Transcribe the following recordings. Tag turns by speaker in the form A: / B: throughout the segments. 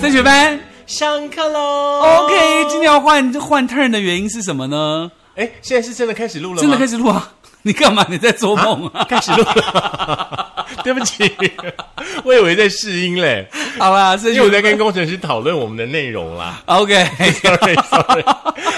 A: 升学班
B: 上课喽。
A: ，OK，今天要换换 turn 的原因是什么呢？
B: 哎，现在是真的开始录了吗？
A: 真的开
B: 始
A: 始录啊？ 你干嘛？你在做梦啊？
B: 开始录了。 对不起，我以为在试音嘞，
A: 好啦，升
B: 因为我
A: 学
B: 在跟工程师讨论我们的内容啦。
A: OK，
B: Sorry，Sorry。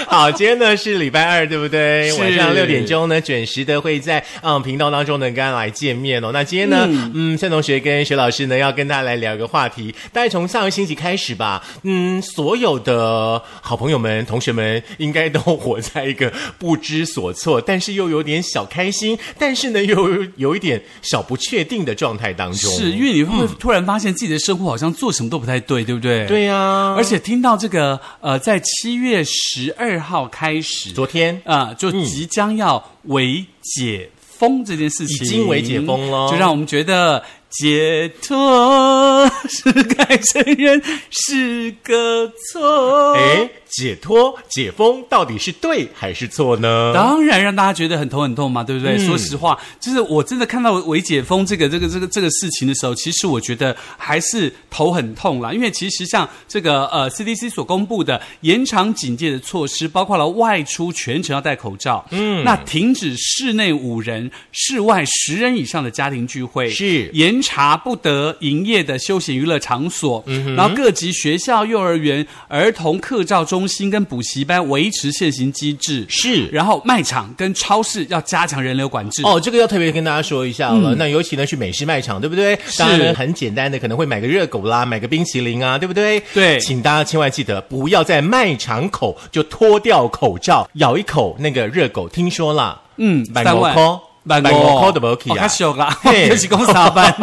B: 好， 今天呢是礼拜二，对不对？
A: 是
B: 晚上六点钟呢，准时的会在嗯频道当中呢跟大家来见面哦。那今天呢，嗯，盛同学跟徐老师呢要跟大家来聊一个话题，大概从上个星期开始吧。嗯，所有的好朋友们、同学们应该都活在一个不知所措，但是又有点小开心，但是呢又有有一点小不确定的状态当中。
A: 是因为你会突然发现自己的生活好像做什么都不太对，对不对？。
B: 对呀、啊，
A: 而且听到这个，呃，在七月十二号开始，
B: 昨嗯天
A: 啊、就即将要为解封这件事情，
B: 已经为解封咯
A: 就让我们觉得解脱是该承认是个错。
B: 哎，解脱、解封到底是对还是错呢？
A: 当然让大家觉得很头很痛嘛，对不对？说实话，就是我真的看到“伪解封”这个、这个、这个、这个事情的时候，其实我觉得还是头很痛啦。因为其实像这个呃 CDC 所公布的延长警戒的措施，包括了外出全程要戴口罩，嗯，那停止室内五人、室外十人以上的家庭聚会，
B: 是
A: 严查不得营业的休闲娱乐场所，然后各级学校、幼儿园、儿童课照中心跟补习班维持现行机制，
B: 是
A: 然后卖场跟超市要加强人流管制。
B: 哦，这个要特别跟大家说一下了。那尤其呢，去美式卖场，对不对？当然呢，很简单的，可能会买个热狗啦，买个冰淇淋啊，对不对？
A: 对
B: 请大家千万记得，不要在卖场口就脱掉口罩，咬一口那个热狗。听说啦，
A: 嗯，
B: 买
A: 三
B: 五
A: 万
B: 块，
A: 买
B: 买五块就没去啊
A: 太哦俗啦，
B: 嘿
A: 就是讲啥 班。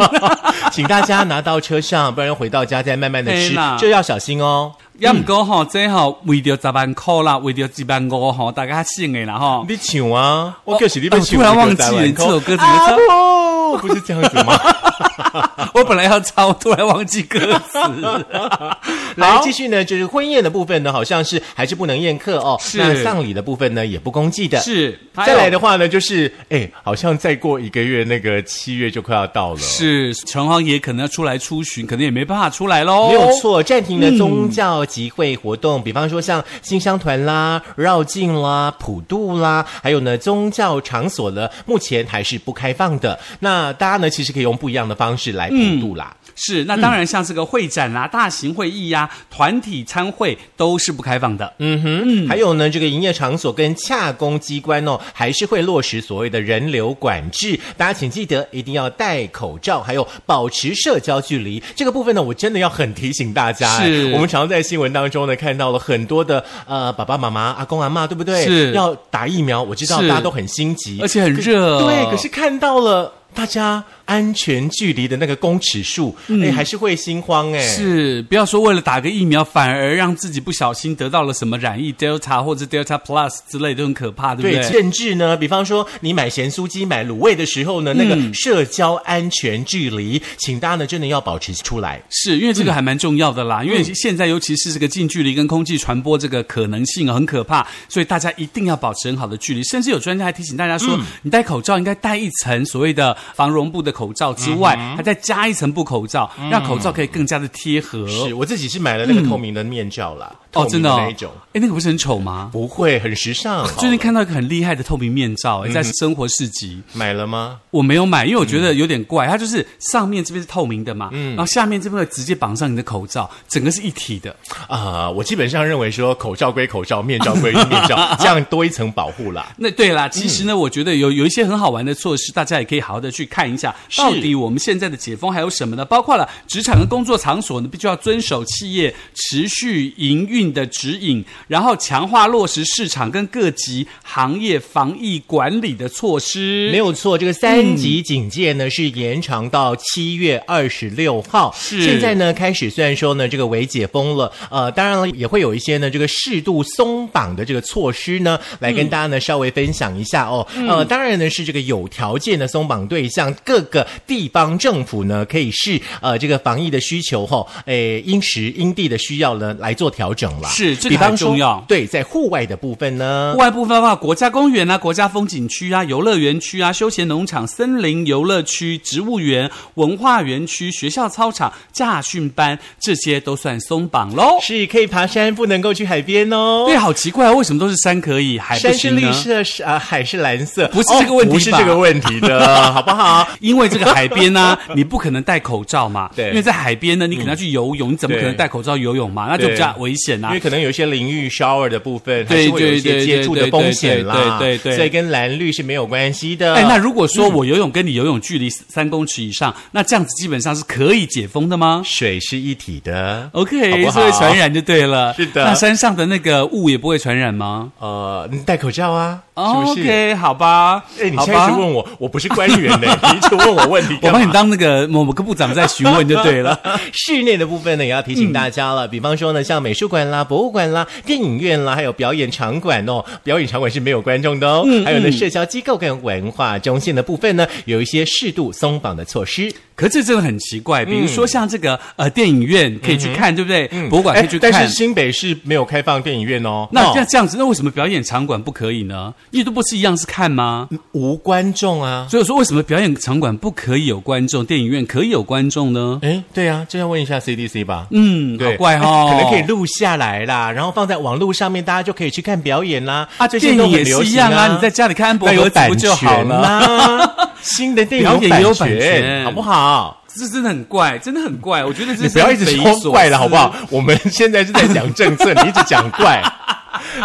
B: 请大家拿到车上，不然回到家再慢慢的
A: 嘿
B: 吃
A: 啦，
B: 这要小心哦。
A: 要唔过吼，这吼为着十万块啦，为着一万五吼，大家信的啦吼。
B: 你抢啊！我就是你被
A: 哦
B: 抢，
A: 突然
B: 你就
A: 忘
B: 在
A: 记
B: 玩
A: 了
B: 扣
A: 这首歌怎么
B: 啊
A: 唱
B: 不不是这样子 吗？
A: 我本来要抄，突然忘记歌词。
B: 来，继续呢，就是婚宴的部分呢，好像是还是不能宴客哦。
A: 是
B: 那丧礼的部分呢，也不公祭的。。
A: 是，
B: 再来的话呢，就是哎，好像再过一个月，那个七月就快要到了。
A: 是城隍爷可能要出来出巡，可能也没办法出来喽。
B: 没有错，暂停了宗教集会活动，比方说像新香团啦、绕境啦、普渡啦，还有呢宗教场所呢，目前还是不开放的。那大家呢，其实可以用不一样的方式来普渡啦。
A: 是，
B: 嗯
A: 那当然像这个会展啦、大型会议呀、团体参会都是不开放的。嗯，
B: 还有呢，这个营业场所跟洽公机关哦，还是会落实所谓的人流管制。大家请记得一定要戴口罩，还有保持社交距离。这个部分呢，我真的要很提醒大家。哎
A: 是
B: 我们常在新闻当中呢看到了很多的呃爸爸妈妈、阿公阿妈，对不对？
A: 是
B: 要打疫苗，我知道
A: 是
B: 大家都很心急，
A: 而且很呃热
B: 可对，可是看到了。大家安全距离的那个公尺数，哎、还是会心慌哎、
A: 嗯是，不要说为了打个疫苗，反而让自己不小心得到了什么染疫 Delta 或者 Delta Plus 之类，都很可怕，对不对？
B: 甚至呢，比方说你买咸酥鸡、买卤味的时候呢，那
A: 嗯
B: 个社交安全距离，请大家呢真的要保持出来。
A: 是因为这个还蛮重要的啦，
B: 嗯
A: 因为现在尤其是这个近距离跟空气传播这个可能性啊很可怕，所以大家一定要保持很好的距离。甚至有专家还提醒大家
B: 嗯
A: 说，你戴口罩应该戴一层所谓的防绒布的口罩之外，
B: 嗯
A: 还再加一层布口罩，让口罩可以更加的贴合。
B: 是我自己是买了那个透明的面罩啦，
A: 哦，
B: 透
A: 真
B: 明
A: 的哦，
B: 那一种，
A: 哎，那个不是很丑吗？
B: 不会很时尚。哦
A: 最近看到一个很厉害的透明面罩，哎诶在生活市集。
B: 买了吗？
A: 我没有买，因为我觉得有点怪，它就是上面这边是透明的嘛，然后下面这边会直接绑上你的口罩，整个是一体的。
B: 啊、我基本上认为说口罩归口罩，面罩归面 罩，这样多一层保护啦。
A: 那对啦，其实呢，我觉得有有一些很好玩的措施，大家也可以好好的去看一下，
B: 是
A: 到底我们现在的解封还有什么呢？包括了职场跟工作场所呢，必须要遵守企业持续营运的指引，然后强化落实市场跟各级行业防疫管理的措施。
B: 没有错，这个三级警戒呢、是延长到七月二十六号。
A: 是
B: 现在呢开始，虽然说呢这个微解封了，呃，当然了也会有一些呢这个适度松绑的这个措施呢，
A: 嗯
B: 来跟大家呢、稍微分享一下哦。呃，当然呢是这个有条件的松绑对象，各个地方政府呢，可以视呃这个防疫的需求吼，诶、因时因地的需要呢来做调整啦。
A: 是这个
B: 比方
A: 很重
B: 说
A: 要
B: 对，在户外的部分呢
A: 户，外部分的话，国家公园啊、国家风景区啊、游乐园区啊、休闲农场、森林游乐区、植物园、文化园区、学校操场、驾训班，这些都算松绑喽。
B: 是可以爬山，不能够去海边哦。
A: 对，好奇怪、啊，为什么都是山可以，海哎不
B: 山是
A: 行
B: 绿
A: 呢？
B: 色，是啊、海是蓝色，哦
A: 不是这个问题
B: 不是
A: 吧
B: 这个问题 的，好不好？
A: 因为这个海边呢、你不可能戴口罩嘛。
B: 对嗯
A: 因为在海边呢，你可能要去游泳，你怎么可能
B: 对
A: 戴口罩游泳嘛？那就比较危险
B: 因
A: 啊
B: 为。可能有一些淋浴 shower 的部分，还
A: 对
B: 是会有
A: 对
B: 一些
A: 对
B: 接触的
A: 对
B: 风
A: 对
B: 险啦，
A: 对对对对
B: 所以跟蓝绿是没有关系的。
A: 哎，那如果说我游泳跟你游泳距离三公尺以上，那这样子基本上是可以解封的吗？
B: 水是一体的
A: OK，
B: 好不好
A: 所以传染就对了。
B: 是的
A: 那山上的那个雾也不会传染吗？
B: 呃，你戴口罩啊，
A: 哦
B: 是不是？
A: OK，好吧。
B: 哎，你
A: 好
B: 现在一
A: 吧
B: 直，问我，我不是官员呢，你一直问我问题
A: 我
B: 干嘛
A: 把你当那个某某个部长在询问就对 了。
B: 室内的部分呢，也要提醒大家
A: 嗯
B: 了。比方说呢，像美术馆啦、博物馆啦、电影院啦，还有表演场馆哦，表演场馆是没有观众的哦。
A: 嗯
B: 还有呢，社交机构跟文化中心的部分呢，有一些适度松绑的措施。
A: 可这真的很奇
B: 嗯
A: 怪，比如说像这个呃电影院可以去看，对不对？博物馆可以去看。
B: 哎但是新北市没有开放电影院哦。
A: 那这
B: 哦
A: 样这样子，那为什么表演场馆不可以呢？因为都不是一样是看吗？
B: 无观众啊。
A: 所以说为什么表演场馆不可以有观众，电影院可以有观众呢？
B: 哎，对啊，这要问一下 CDC 吧。
A: 嗯，好
B: 对，
A: 怪哦，
B: 可能可以录下来啦，然后放在网络上面，大家就可以去看表演啦。
A: 啊，
B: 这
A: 电
B: 些都
A: 影
B: 很
A: 也是
B: 流
A: 一
B: 行
A: 样啊，你在家里看安博
B: 那有
A: 盒子
B: 版
A: 不就好
B: 权啊
A: 了？
B: 啦。 新的电影
A: 表演也有
B: 版
A: 版权
B: 好不好？
A: 这真的很怪，真的很怪。我觉得这
B: 你不要一直
A: 匪夷
B: 说
A: 所
B: 怪了，
A: 思
B: 好不好？？我们现在是在讲政策，你一直讲 怪。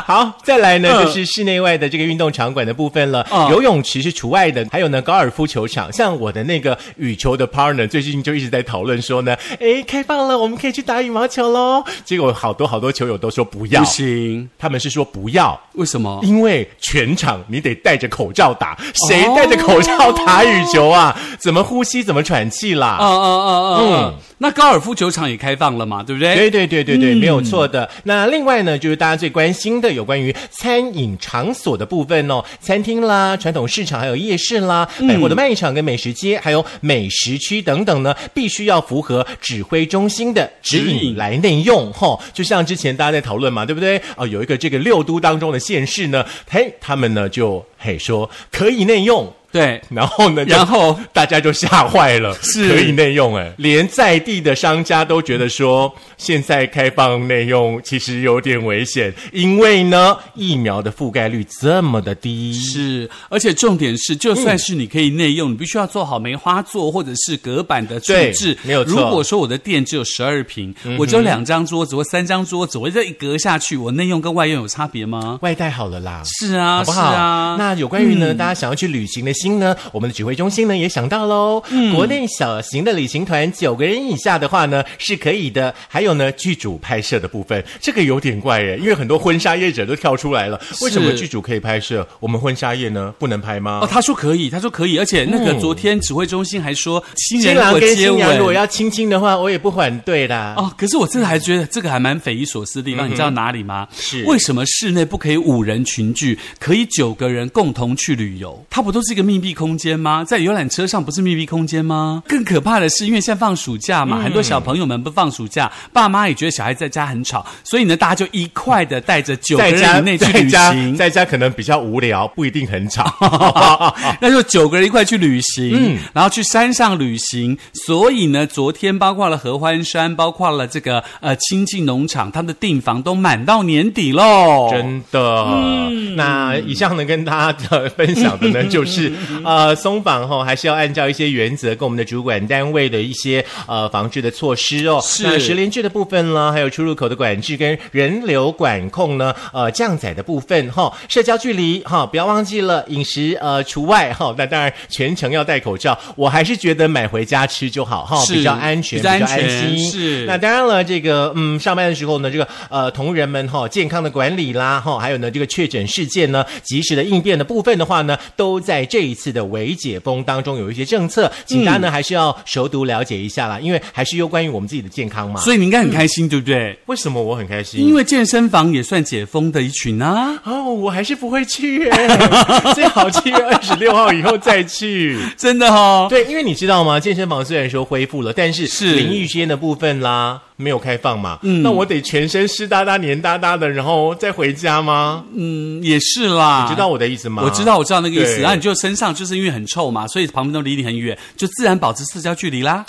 B: 好，再来呢，
A: 嗯
B: 就是室内外的这个运动场馆的部分了。
A: 嗯
B: 游泳池是除外的，还有呢，高尔夫球场。像我的那个羽球的 partner 最近就一直在讨论说呢，诶，开放了，我们可以去打羽毛球喽。结果好多好多球友都说不要嗯
A: 不，行，
B: 他们是说不要，
A: 为什么？
B: 因为全场你得戴着口罩打，谁戴着口罩打羽球啊？怎么呼吸？怎么喘气啦？
A: 嗯嗯嗯嗯
B: 嗯
A: 嗯，那高尔夫球场也开放了嘛，对不对？
B: 对对对对对，没有错的。哎嗯那另外呢，就是大家最关心的有关于餐饮场所的部分哦，餐厅啦、传统市场还有夜市啦、百货的卖场跟美食街，还有美食区等等呢，必须要符合指挥中心的指
A: 指
B: 引
A: 引
B: 来内用哈、吼就像之前大家在讨论嘛，对不对？哦，有一个这个六都当中的县市呢，嘿，他们呢就嘿说可以内用。
A: 对，
B: 然后呢？就
A: 然后
B: 大家就吓坏了，
A: 是
B: 可以内用哎，连在地的商家都觉得说，现在开放内用其实有点危险，因为呢，疫苗的覆盖率这么的低，
A: 是，而且重点是，就算是你可以内用，你必须要做好梅花座或者是隔板的处
B: 对
A: 置。
B: 没有错嗯
A: 如果说我的店只有十二平，我就两张桌子或三张桌子，我这一隔下去，我内用跟外用有差别吗？
B: 外带好了啦。
A: 是啊，
B: 好不
A: 是
B: 好？
A: 啊。
B: 那有关于呢，大家想要去旅行的心呢，我们的指挥中心呢也想到喽。
A: 嗯
B: 国内小型的旅行团九个人以下的话呢是可以的。还有呢，剧组拍摄的部分，这个有点怪耶，因为很多婚纱业者都跳出来了。为什么剧组可以拍摄，我们婚纱业呢不能拍吗？
A: 哦，他说可以，他说可以，而且那个
B: 嗯
A: 昨天指挥中心还说，新人
B: 新
A: 如
B: 郎
A: 果
B: 跟
A: 接
B: 新娘如果
A: 吻。
B: 要亲亲的话，我也不反对啦。
A: 哦，可是我真的还觉得这个还蛮匪夷所思的地方，你知道哪里吗？
B: 嗯是
A: 为什么室内不可以五人群聚，可以九个人共同去旅游？它不都是一个密闭空间吗？在游览车上不是密闭空间吗？更可怕的是，因为现在放暑假
B: 嗯
A: 嘛，很多小朋友们不放暑假，爸妈也觉得小孩在家很吵，所以呢，大家就一块的带着九个
B: 在
A: 人
B: 家
A: 以内去
B: 在
A: 旅
B: 家
A: 行。
B: 在家可能比较无聊，不一定 很吵。
A: 那就九个人一块去旅行，
B: 嗯
A: 然后去山上旅行。所以呢，昨天包括了合欢山，包括了这个呃亲近农场，他们的订房都满到年底喽。
B: 真的，
A: 嗯
B: 那以上呢跟大家的分享的呢， 就是
A: 嗯
B: 呃松绑吼、还是要按照一些原则跟我们的主管单位的一些呃防治的措施哦。
A: 是
B: 那十连制的部分啦，还有出入口的管制跟人流管控呢，呃降载的部分哈、社交距离哈、不要忘记了饮食呃除外哈、那当然全程要戴口罩，我还是觉得买回家吃就好哈、
A: 是
B: 比较安全，
A: 比较安全
B: 安心
A: 是
B: 那当然了，这个嗯，上班的时候呢，这个呃，同仁们哈、健康的管理啦，哈、还有呢，这个确诊事件呢，及时的应变险的部分的话呢，都在这一次的微解封当中有一些政
A: 嗯
B: 策，请大家呢还是要熟读了解一下啦，因为还是有关于我们自己的健康嘛。
A: 所以你应该很开心，对不对？
B: 为什么我很开心
A: 因？为健身房也算解封的一群啊，
B: 哦，我还是不会 去、欸，最好七月二十六号以后再去。
A: 真的哦。
B: 对，因为你知道吗？健身房虽然说恢复了，但是
A: 是嗯
B: 淋浴间的部分啦没有开放嘛。那我得全身湿哒哒、黏哒哒的，然后再回家吗？
A: 嗯，也是啦。
B: 你知道我的意思吗？
A: 啊我知道，我知道那个意思。
B: 对
A: 然后你就身上就是因为很臭嘛，所以旁边都离你很远，就自然保持社交距离 啦，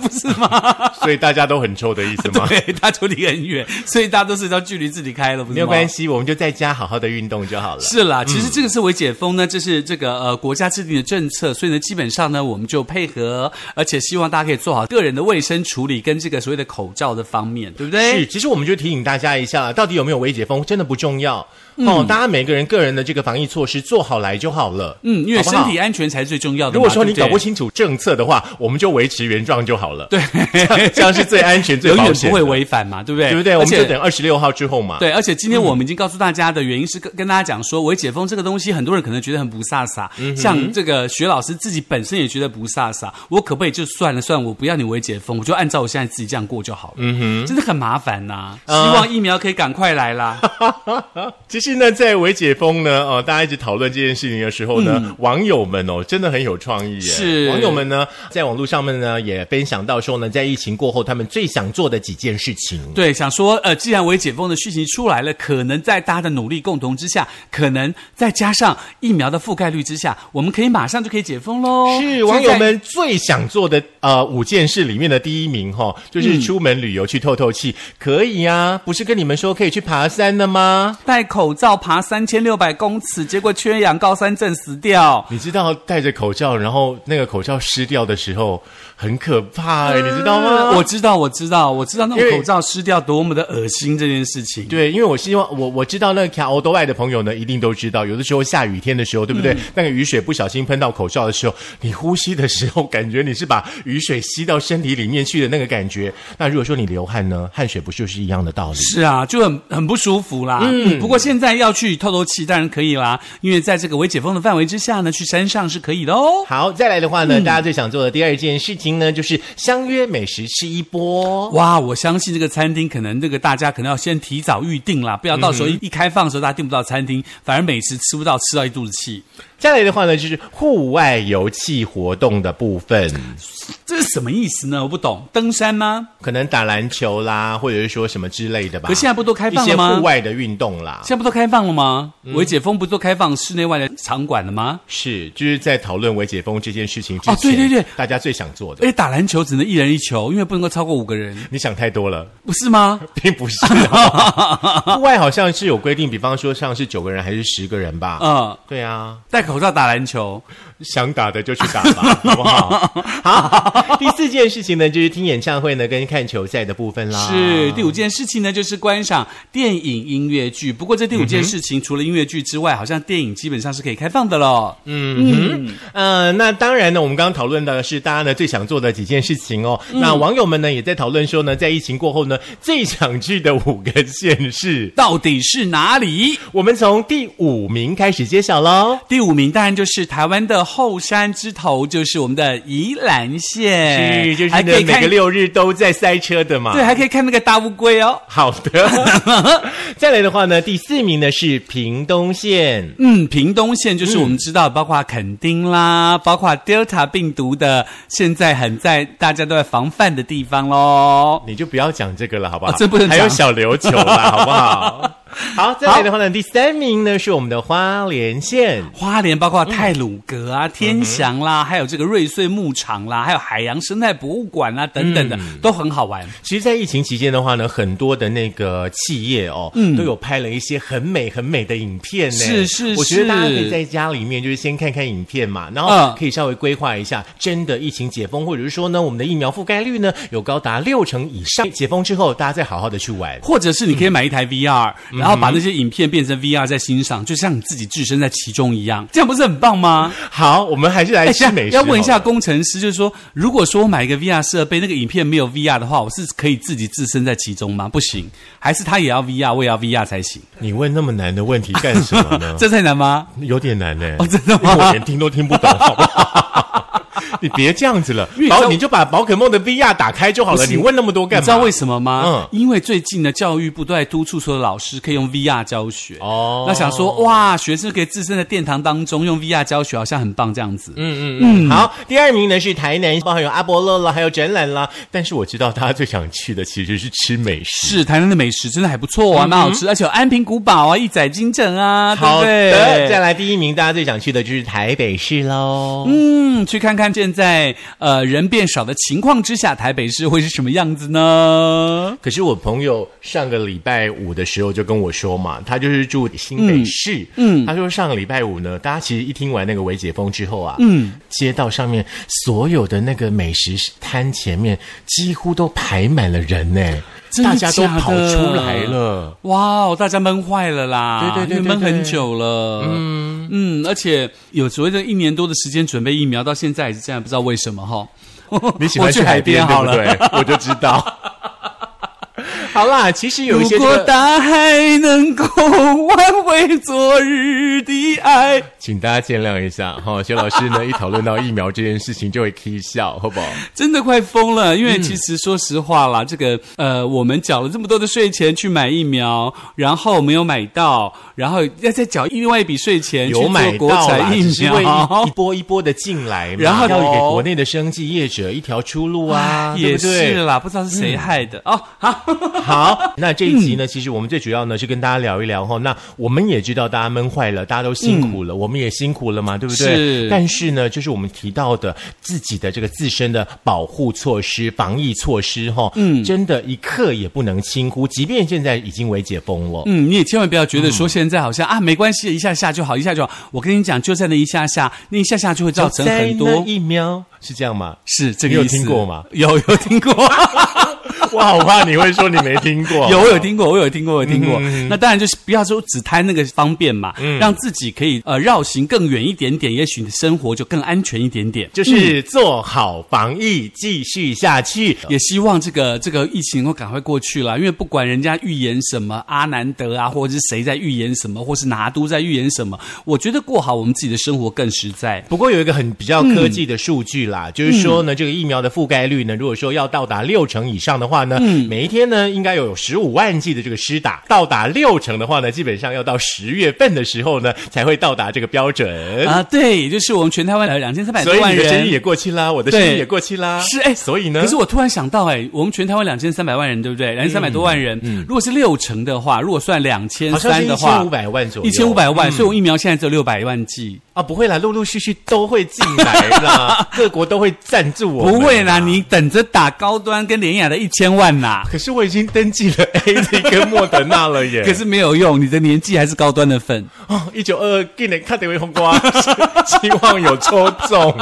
A: 不是吗？
B: 所以大家都很臭的意思吗？
A: 对，他就离很远，所以大家都社交距离自己开了，不是吗？
B: 没有关系，我们就在家好好的运动就好了。
A: 是啦，其实这个是微解封呢，这是这个呃国家制定的政策，所以呢，基本上呢，我们就配合，而且希望大家可以做好个人的卫生处理跟这个所谓的口罩的方面，对不对？
B: 哎是，其实我们就提醒大家一下，到底有没有微解封，真的不重要、
A: 嗯
B: 哦。大家每个人个人的这个防疫措施做好来就好了。
A: 嗯，因为
B: 好
A: 身
B: 不好
A: 体安全才是最重要的嘛。
B: 如果说你
A: 对
B: 搞
A: 对
B: 不清楚政策的话，我们就维持原状就好了。
A: 对，
B: 这样是最安全、最
A: 永
B: 保
A: 远
B: 险
A: 不
B: 的，
A: 会违反嘛，对不对？
B: 对不对？我
A: 而
B: 们
A: 且
B: 就等二十六号之后嘛。
A: 对，而且今
B: 嗯
A: 天我们已经告诉大家的原因是跟跟大家讲说，微解封这个东西，很多人可能觉得很不飒飒，
B: 嗯
A: 像这个徐老师自己本身也觉得不飒飒，我可不可以就算了算，我不要你微解封，我就按照我现在自己这样过就好了，嗯哼，真的很麻烦呐、
B: 啊
A: 希望疫苗可以赶快来 啦，
B: 其实呢，在微解封呢，呃，大家一直讨论这件事情的时候呢，网友们哦，真的很有创意耶。
A: 嗯是
B: 网友们呢，在网络上面呢，也分享到说呢，在疫情过后，他们最想做的几件事情。
A: 对，想说呃，既然微解封的讯息出来了，可能在大家的努力共同之下，可能再加上疫苗的覆盖率之下，我们可以马上就可以解封喽，
B: 是
A: 所以
B: 网友
A: 哦在
B: 们最想做的呃五件事里面的第一名哈、
A: 嗯
B: 就是出门旅游去透透气，可以啊，不是跟你们说可以去爬山的吗？
A: 戴口罩爬三千六百公尺，结果缺氧高山症死掉。
B: 你知道戴着口罩，然后那个口罩湿掉的时候很可怕、欸，你知道吗？
A: 我知道，我知道，我知道那
B: 因
A: 种
B: 为
A: 口罩湿掉多么的恶心这件事情。
B: 对，因为我希望我我知道那个卡欧多外的朋友呢，一定都知道，有的时候下雨天的时候，对不对？
A: 嗯
B: 那个雨水不小心喷到口罩的时候，你呼吸的时候，感觉你是把雨水吸到身体里面去的那个感觉。那如果说你流汗呢，汗水不就是一样的道理？
A: 是啊，就很很不舒服啦。嗯，不过现在要去透透气，当然可以啦，因为在这个未解封的范围之下呢，去山上是可以的哦。
B: 好，再来的话呢，大家最想做的第二件事情呢，就是相约美食吃一波。
A: 哇，我相信这个餐厅可能那个大家可能要先提早预定啦，不要到时
B: 嗯
A: 候一,、一开放的时候大家订不到餐厅，反而美食吃不到，吃到一肚子气。
B: 再来的话呢，就是户外游憩活动的部分，
A: 这是什么意思呢？我不懂，登山吗？
B: 可能打篮球啦，或者是说什么之类的吧。
A: 可现在不都开
B: 一
A: 放
B: 些
A: 了吗
B: 户？外嗯的运动啦，
A: 现在不都开放了吗？微解封不都开放室内外的场馆了吗？
B: 是就是在讨论微解封这件事情之前，
A: 哦对对对，
B: 大家最想做的
A: 而。且哎打篮球只能一人一球，因为不能够超过五个人，
B: 你想太 多了，
A: 不是吗？
B: 并不是、户外好像是有规定，比方说像是九个人还是十个人吧。
A: 嗯，
B: 对啊，
A: 戴口罩打篮球，
B: 想打的就去打 吧，好不好？好。第四件事情呢，就是听演唱会呢跟看球赛的部分啦。
A: 是第五件事情呢，就是观赏电影、音乐剧。不过这第五
B: 嗯
A: 件事情，除了音乐剧之外，好像电影基本上是可以开放的喽。
B: 嗯呃，那当然呢，我们刚刚讨论的是大家呢最想做的几件事情哦。
A: 嗯
B: 那网友们呢也在讨论说呢，在疫情过后呢，最想去的五个县市，
A: 到底是哪里？
B: 我们从第五名开始揭晓喽。
A: 第五名当然就是台湾的后山之头，就是我们的宜兰县，
B: 是，就是
A: 哎还
B: 呢
A: 可以
B: 每
A: 看
B: 个六日都在塞车的嘛。
A: 对，，还可以看那个大乌龟哦。
B: 好的。 再来的话呢，第四名呢是屏东县。
A: 嗯，屏东县就是我们知道，包括垦丁啦，包括 Delta 病毒的，现在很在大家都在防范的地方喽。
B: 你就不要讲这个了，好不好？
A: 哦这不能
B: 还有
A: 讲
B: 小琉球啦，好 不好？好，再来的话呢，第三名呢是我们的花莲县。
A: 花莲包括泰鲁阁啊、天祥啦，还有这个瑞穗牧场啦，还有海洋生态博物馆啦等等的，都很好玩。
B: 其实，在疫情期间的话呢，很多的那个企业哦，都有拍了一些很美很美的影片呢。
A: 嗯是是
B: 我觉得大家可以
A: 是
B: 在家里面就是先看看影片嘛，然
A: 嗯
B: 后可以稍微规划一下，真的疫情解封，或者是说呢，我们的疫苗覆盖率呢有高达六成以上，解封之后大家再好好的去玩。
A: 或者是你可以买一台 VR，、然后把那些影片变成 VR 在欣赏，就像你自己置身在其中一样，这样不是很棒吗？
B: 好，我们还是来
A: 哎，
B: 吃美食。
A: 要问一下，工程师，就是说，如果说我买一个 VR 设备，那个影片没有 VR 的话，我是可以自己置身在其中吗？不行，还是他也要 VR，我也要 VR 才行。？
B: 你问那么难的问题干什么呢
A: 这太难吗？
B: 有点难呢、
A: 哦真的吗
B: 因为我连听都听不懂，好不好？ 你别这样子了
A: 因为，你知道
B: 宝你就把宝可梦的 VR 打开就好了，
A: 不是
B: 你问那么多干嘛？
A: 你知道为什么吗？
B: 嗯
A: 因为最近的教育部都在督促所有老师可以用 VR 教学。
B: 哦
A: 那想说哇，学生可以置身在殿堂当中用 VR 教学，好像很棒这样子。
B: 嗯，好，第二名呢是台南，包含有阿波罗啦，还有展览啦。但是我知道大家最想去的其实是吃美食。
A: 是台南的美食真的还不错
B: 嗯
A: 啊，蛮好吃，而且有安平古堡啊、一载金枕啊，对
B: 好
A: 不对？
B: 的，再来第一名，大家最想去的就是台北市喽。
A: 嗯，去看看现在呃人变少的情况之下，台北市会是什么样子呢？
B: 可是我朋友上个礼拜五的时候就跟我说嘛，他就是住新北市，嗯，他说上个礼拜五呢，大家其实一听完那个微解封之后啊，嗯，街道上面所有的那个美食摊前面几乎都排满了人呢，
A: 真的
B: 大家都
A: 假的
B: 跑出来了。
A: 哇哦，大家闷坏了啦，
B: 对对对对
A: 因为闷
B: 对
A: 很久了，嗯嗯，而且有所谓的一年多的时间准备疫苗，到现在也是这样，不知道为什么哈。
B: 你喜欢
A: 我去海边好了。
B: 对不对？我 就知 道。好啦，其实有一
A: 如
B: 些、这
A: 果
B: 个，
A: 大海能够 挽回昨日的爱，
B: 请大家见谅一下哈。薛老师呢，一讨论到疫苗这件事情就会 k 笑，好不好？
A: 真的快疯了，
B: 嗯
A: 因为其实说实话啦，这个呃，我们缴了这么多的税钱去买疫苗，然后没有买到，然后要再缴另外一笔税钱去
B: 有
A: 做
B: 买
A: 国
B: 到啦
A: 产疫
B: 只是为一
A: 苗
B: 一。波一波的进来嘛，
A: 然后
B: 要给国内的生计业者一条 出路啊，对嗯
A: 也
B: 不对
A: 是啦，不知道是谁害的、哦。好，
B: 好， 那这一
A: 嗯
B: 集呢，其实我们最主要呢是跟大家聊一聊哈。那我们也知道大家闷坏了，大家都辛苦了，我们也辛苦了嘛，对不
A: 嗯
B: 对？
A: 是
B: 但是呢，就是我们提到的自己的这个自身的保护措施、防疫措施哈，嗯，真的一刻也不能轻忽，即便现在已经为解封了。
A: 嗯，你也千万不要觉得说现在好像、啊没关系，一下下就好，一下就好。我跟你讲，就在那一下下，那一下下就会造成很
B: 在
A: 多
B: 那，一秒是这样 吗？
A: 是这
B: 你
A: 个
B: 有
A: 意思。
B: 听过吗？
A: 有有听 过。
B: 我好怕你会说你没听过
A: 有，我有听过，我有听过，我有听
B: 嗯
A: 过。那当然就是不要说只贪那个方便嘛，让自己可以呃绕行更远一点点，也许你的生活就更安全一点点。
B: 就是做好防疫，继续下去。
A: 也希望这个这个疫情能够赶快过去啦，因为不管人家预言什么，阿南德啊，或者是谁在预言什么，或是拿督在预言什么，我觉得过好我们自己的生活更实在。
B: 不过有一个很比较科技的数据
A: 嗯
B: 啦，就是说呢，这个疫苗的覆盖率呢，如果说要到达六成以上的话呢，
A: 嗯
B: 每一天呢应该有十五万剂的这个施打，到达六成的话呢，基本上要到十月份的时候呢才会到达这个标准。
A: 啊、对，也就是我们全台湾的呃两千三百
B: 哎所
A: 多
B: 以
A: 万
B: 你的
A: 人，
B: 生意也过期啦，我的生
A: 对
B: 意也过期啦。
A: 是哎，
B: 所以呢
A: 可是我突然想到，哎，我们全台湾两千三百万人，对不对？两千三百多万人，如果是六成的话，如果算两千
B: 嗯好像
A: 三
B: 是
A: 的
B: 一
A: 话，
B: 千五百万左右，嗯
A: 一千五百万，所以我们疫苗现在只有六百万剂。
B: 啊，不会啦，陆陆续续都会进来 啦，各国都会赞助我们。
A: 不会啦，你等着打高端跟联雅的一千万呐。
B: 可是我已经登记了 A Z 跟莫德纳了 耶。
A: 可是没有用，你的年纪还是高端的份。
B: 哦，一九二二今年看得为红瓜， 希望有抽中。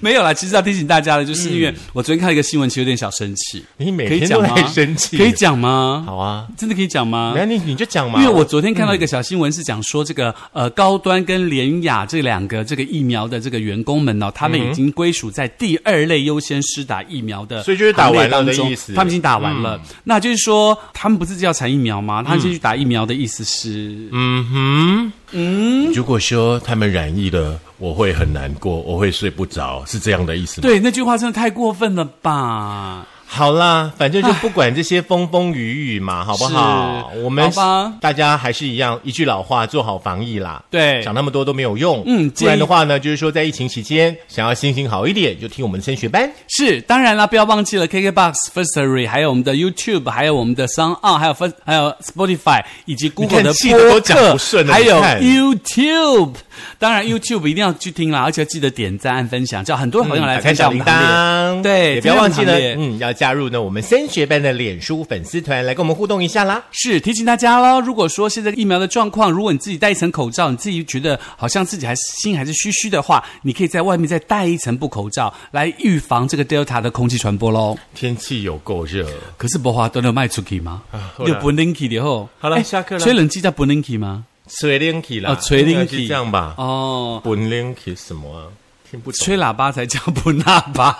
A: 没有啦，其实要提醒大家的，就是因为我昨天看了一个新闻，其实有点小生气。
B: 你嗯每
A: 可以
B: 天
A: 讲
B: 都
A: 吗
B: 在生气，
A: 可以讲吗？
B: 好啊。
A: 真的可以讲吗？
B: 那你你就讲嘛，
A: 因为我昨天看到一个小新闻，是讲说这个呃高端跟联雅这两个这个疫苗的这个员工们哦，他们已经归属在第二类优先施打疫苗的行列当中，
B: 所以就是打完了的意思嗯
A: 他们已经打完了，那就是说他们不是要产疫苗吗？他们先去打疫苗的意思是，
B: 嗯哼，嗯，如果说他们染疫了，我会很难过，我会睡不着，是这样的意思吗？
A: 对那句话真的太过分了吧？
B: 好啦，反正就不管这些风风雨雨嘛，好不好？
A: 是
B: 我们
A: 好吧
B: 大家还是一样，一句老话，做好防疫啦。
A: 对
B: 讲那么多都没有用。
A: 嗯
B: 不然的话呢，就是说在疫情期间，想要心情好一点，就听我们的升学班。
A: 是，当然啦，不要忘记了 KKBox、Firstory，还有我们的 YouTube，还有我们的 s o n On，还有 First，还有 Spotify，以及 Google 的
B: 气得都
A: 播
B: 讲
A: 客
B: 不顺，了
A: 还有
B: 你看
A: YouTube。当然 YouTube 一定要去听啦，而且记得点赞、按分享，叫很多朋友来
B: 嗯打开
A: 分享
B: 小
A: 我
B: 铃
A: 们的行列。
B: 铛，
A: 对
B: 也不要忘记
A: 真的
B: 了
A: 很，棒
B: 嗯，要加入呢我们升学班的脸书粉丝团，来跟我们互动一下啦。
A: 是提醒大家喽，如果说现在疫苗的状况，如果你自己戴一层口罩，你自己觉得好像自己还是心还是虚虚的话，你可以在外面再戴一层布口罩，来预防这个 Delta 的空气传播喽。
B: 天气有够热，
A: 可是博华都能卖出去吗？
B: 啊好啦
A: 有不能去的后，
B: 好啦
A: 哎
B: 下课啦
A: 吹冷气叫不能去吗？
B: 吹冷气啦，
A: 哦吹冷气
B: 应该是这样吧？
A: 哦，
B: 本冷气什么啊？听不懂。
A: 吹喇叭才叫不喇叭。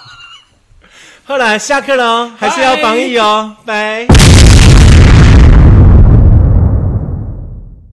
B: 后来下课了哦，还是要防疫哦，拜。